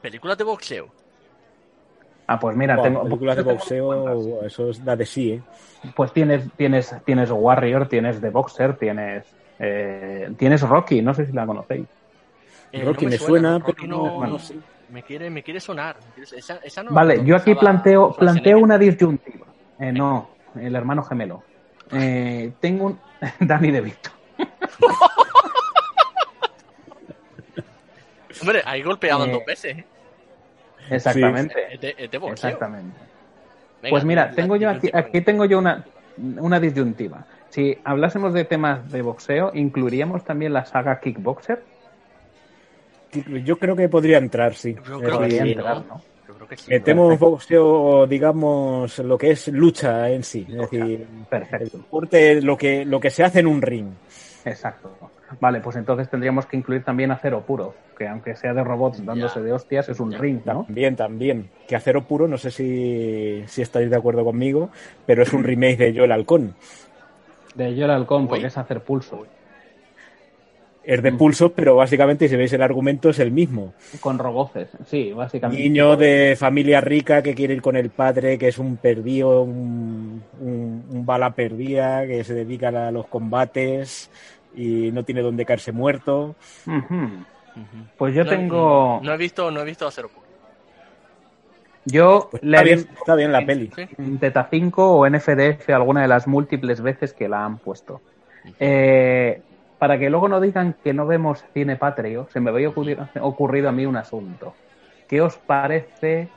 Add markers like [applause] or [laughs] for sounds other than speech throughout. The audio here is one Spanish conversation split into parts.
películas de boxeo. Ah, pues mira, Buah, tengo. películas de tengo- boxeo, buah, eso es- da de sí, ¿eh? Pues tienes, tienes, tienes Warrior, tienes The Boxer, tienes. eh, tienes Rocky, no sé si la conocéis. Eh, Rocky no me suena, Rocky pero no, no- no sé. me quiere, me quiere sonar. me quiere- esa- esa no la Vale, yo aquí utilizaba planteo, planteo Schwarzenegger. una disyuntiva. Eh, no, el hermano gemelo. Eh, tengo un. [laughs] Danny DeVito. Hombre, ahí golpeaban Eh, dos veces. ¿eh? Exactamente. Es de, es de boxeo. Exactamente. Venga, Pues mira, la- tengo yo la- aquí, aquí tengo yo una, una disyuntiva. Si hablásemos de temas de boxeo, ¿incluiríamos también la saga Kickboxer? Yo creo que podría entrar, sí. Yo Eh, creo que Podría sí, entrar, ¿no? ¿no? Yo creo que sí. Metemos boxeo, digamos, lo que es lucha en sí. Es decir, el Perfecto, deporte, lo que, lo que se hace en un ring. exacto. Vale, pues entonces tendríamos que incluir también a Cero Puro, que aunque sea de robots dándose Ya. de hostias, es un Ya. ring, ¿no? También, también. Que Acero Puro, no sé si, si estáis de acuerdo conmigo, pero es un remake de Yo el Halcón. De Yo el Halcón, Uy. porque es hacer pulso. Uy. Es Mm. de pulsos, pero básicamente, si veis el argumento, es el mismo. Con roboces, sí, básicamente. Niño de familia rica que quiere ir con el padre, que es un perdido, un, un- un bala perdida, que se dedica a los combates y no tiene dónde caerse muerto. Ujú. Ujú. Pues yo No- tengo. No he visto, no he visto a Cero Puro. Yo Pues le está, haré bien, está bien la peli. Sí. en Teta 5 o NFDF alguna de las múltiples veces que la han puesto. Eh, para que luego no digan que no vemos cine patrio, se me había ocurri- ocurrido a mí un asunto. ¿Qué os parece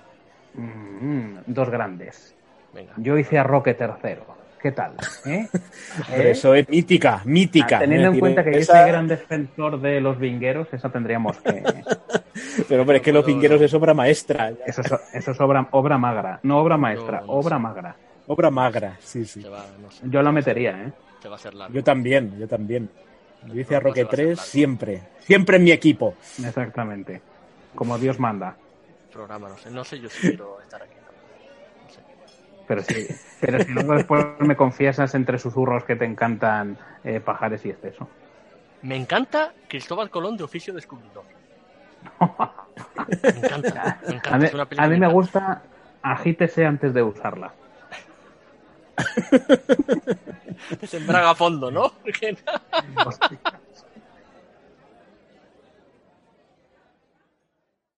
mm, dos grandes? Venga. Yo hice a Roque tercero. ¿Qué tal? [laughs] ¿Eh? Hombre, ¿Eh? Eso es mítica, mítica. Ah, teniendo Es en decir, cuenta que yo esa- soy gran defensor de los vingueros, esa tendríamos que... Pero hombre, es que los No, no, vingueros no. es obra maestra, ya. Eso es, eso es obra, obra magra, no obra maestra, No, no obra sé. magra. obra magra, sí, sí. Se va, no sé, Yo la metería, ¿eh? se va a hacer largo. Yo también, yo también. Yo hice a No, no se Roque va a hacer 3 largo. siempre, siempre en mi equipo. Exactamente. Como Dios manda. Programa, no sé. No sé yo si quiero estar aquí. No sé. Pero si, pero si luego después me confiesas entre susurros que te encantan eh, pajares y exceso. Me encanta Cristóbal Colón de oficio [laughs] descubridor. Me encanta, me encanta. A mí, es una película a mí me encanta. gusta agítese antes de [laughs] usarla. Sembrar a fondo, ¿no? [laughs] Que- Hostias.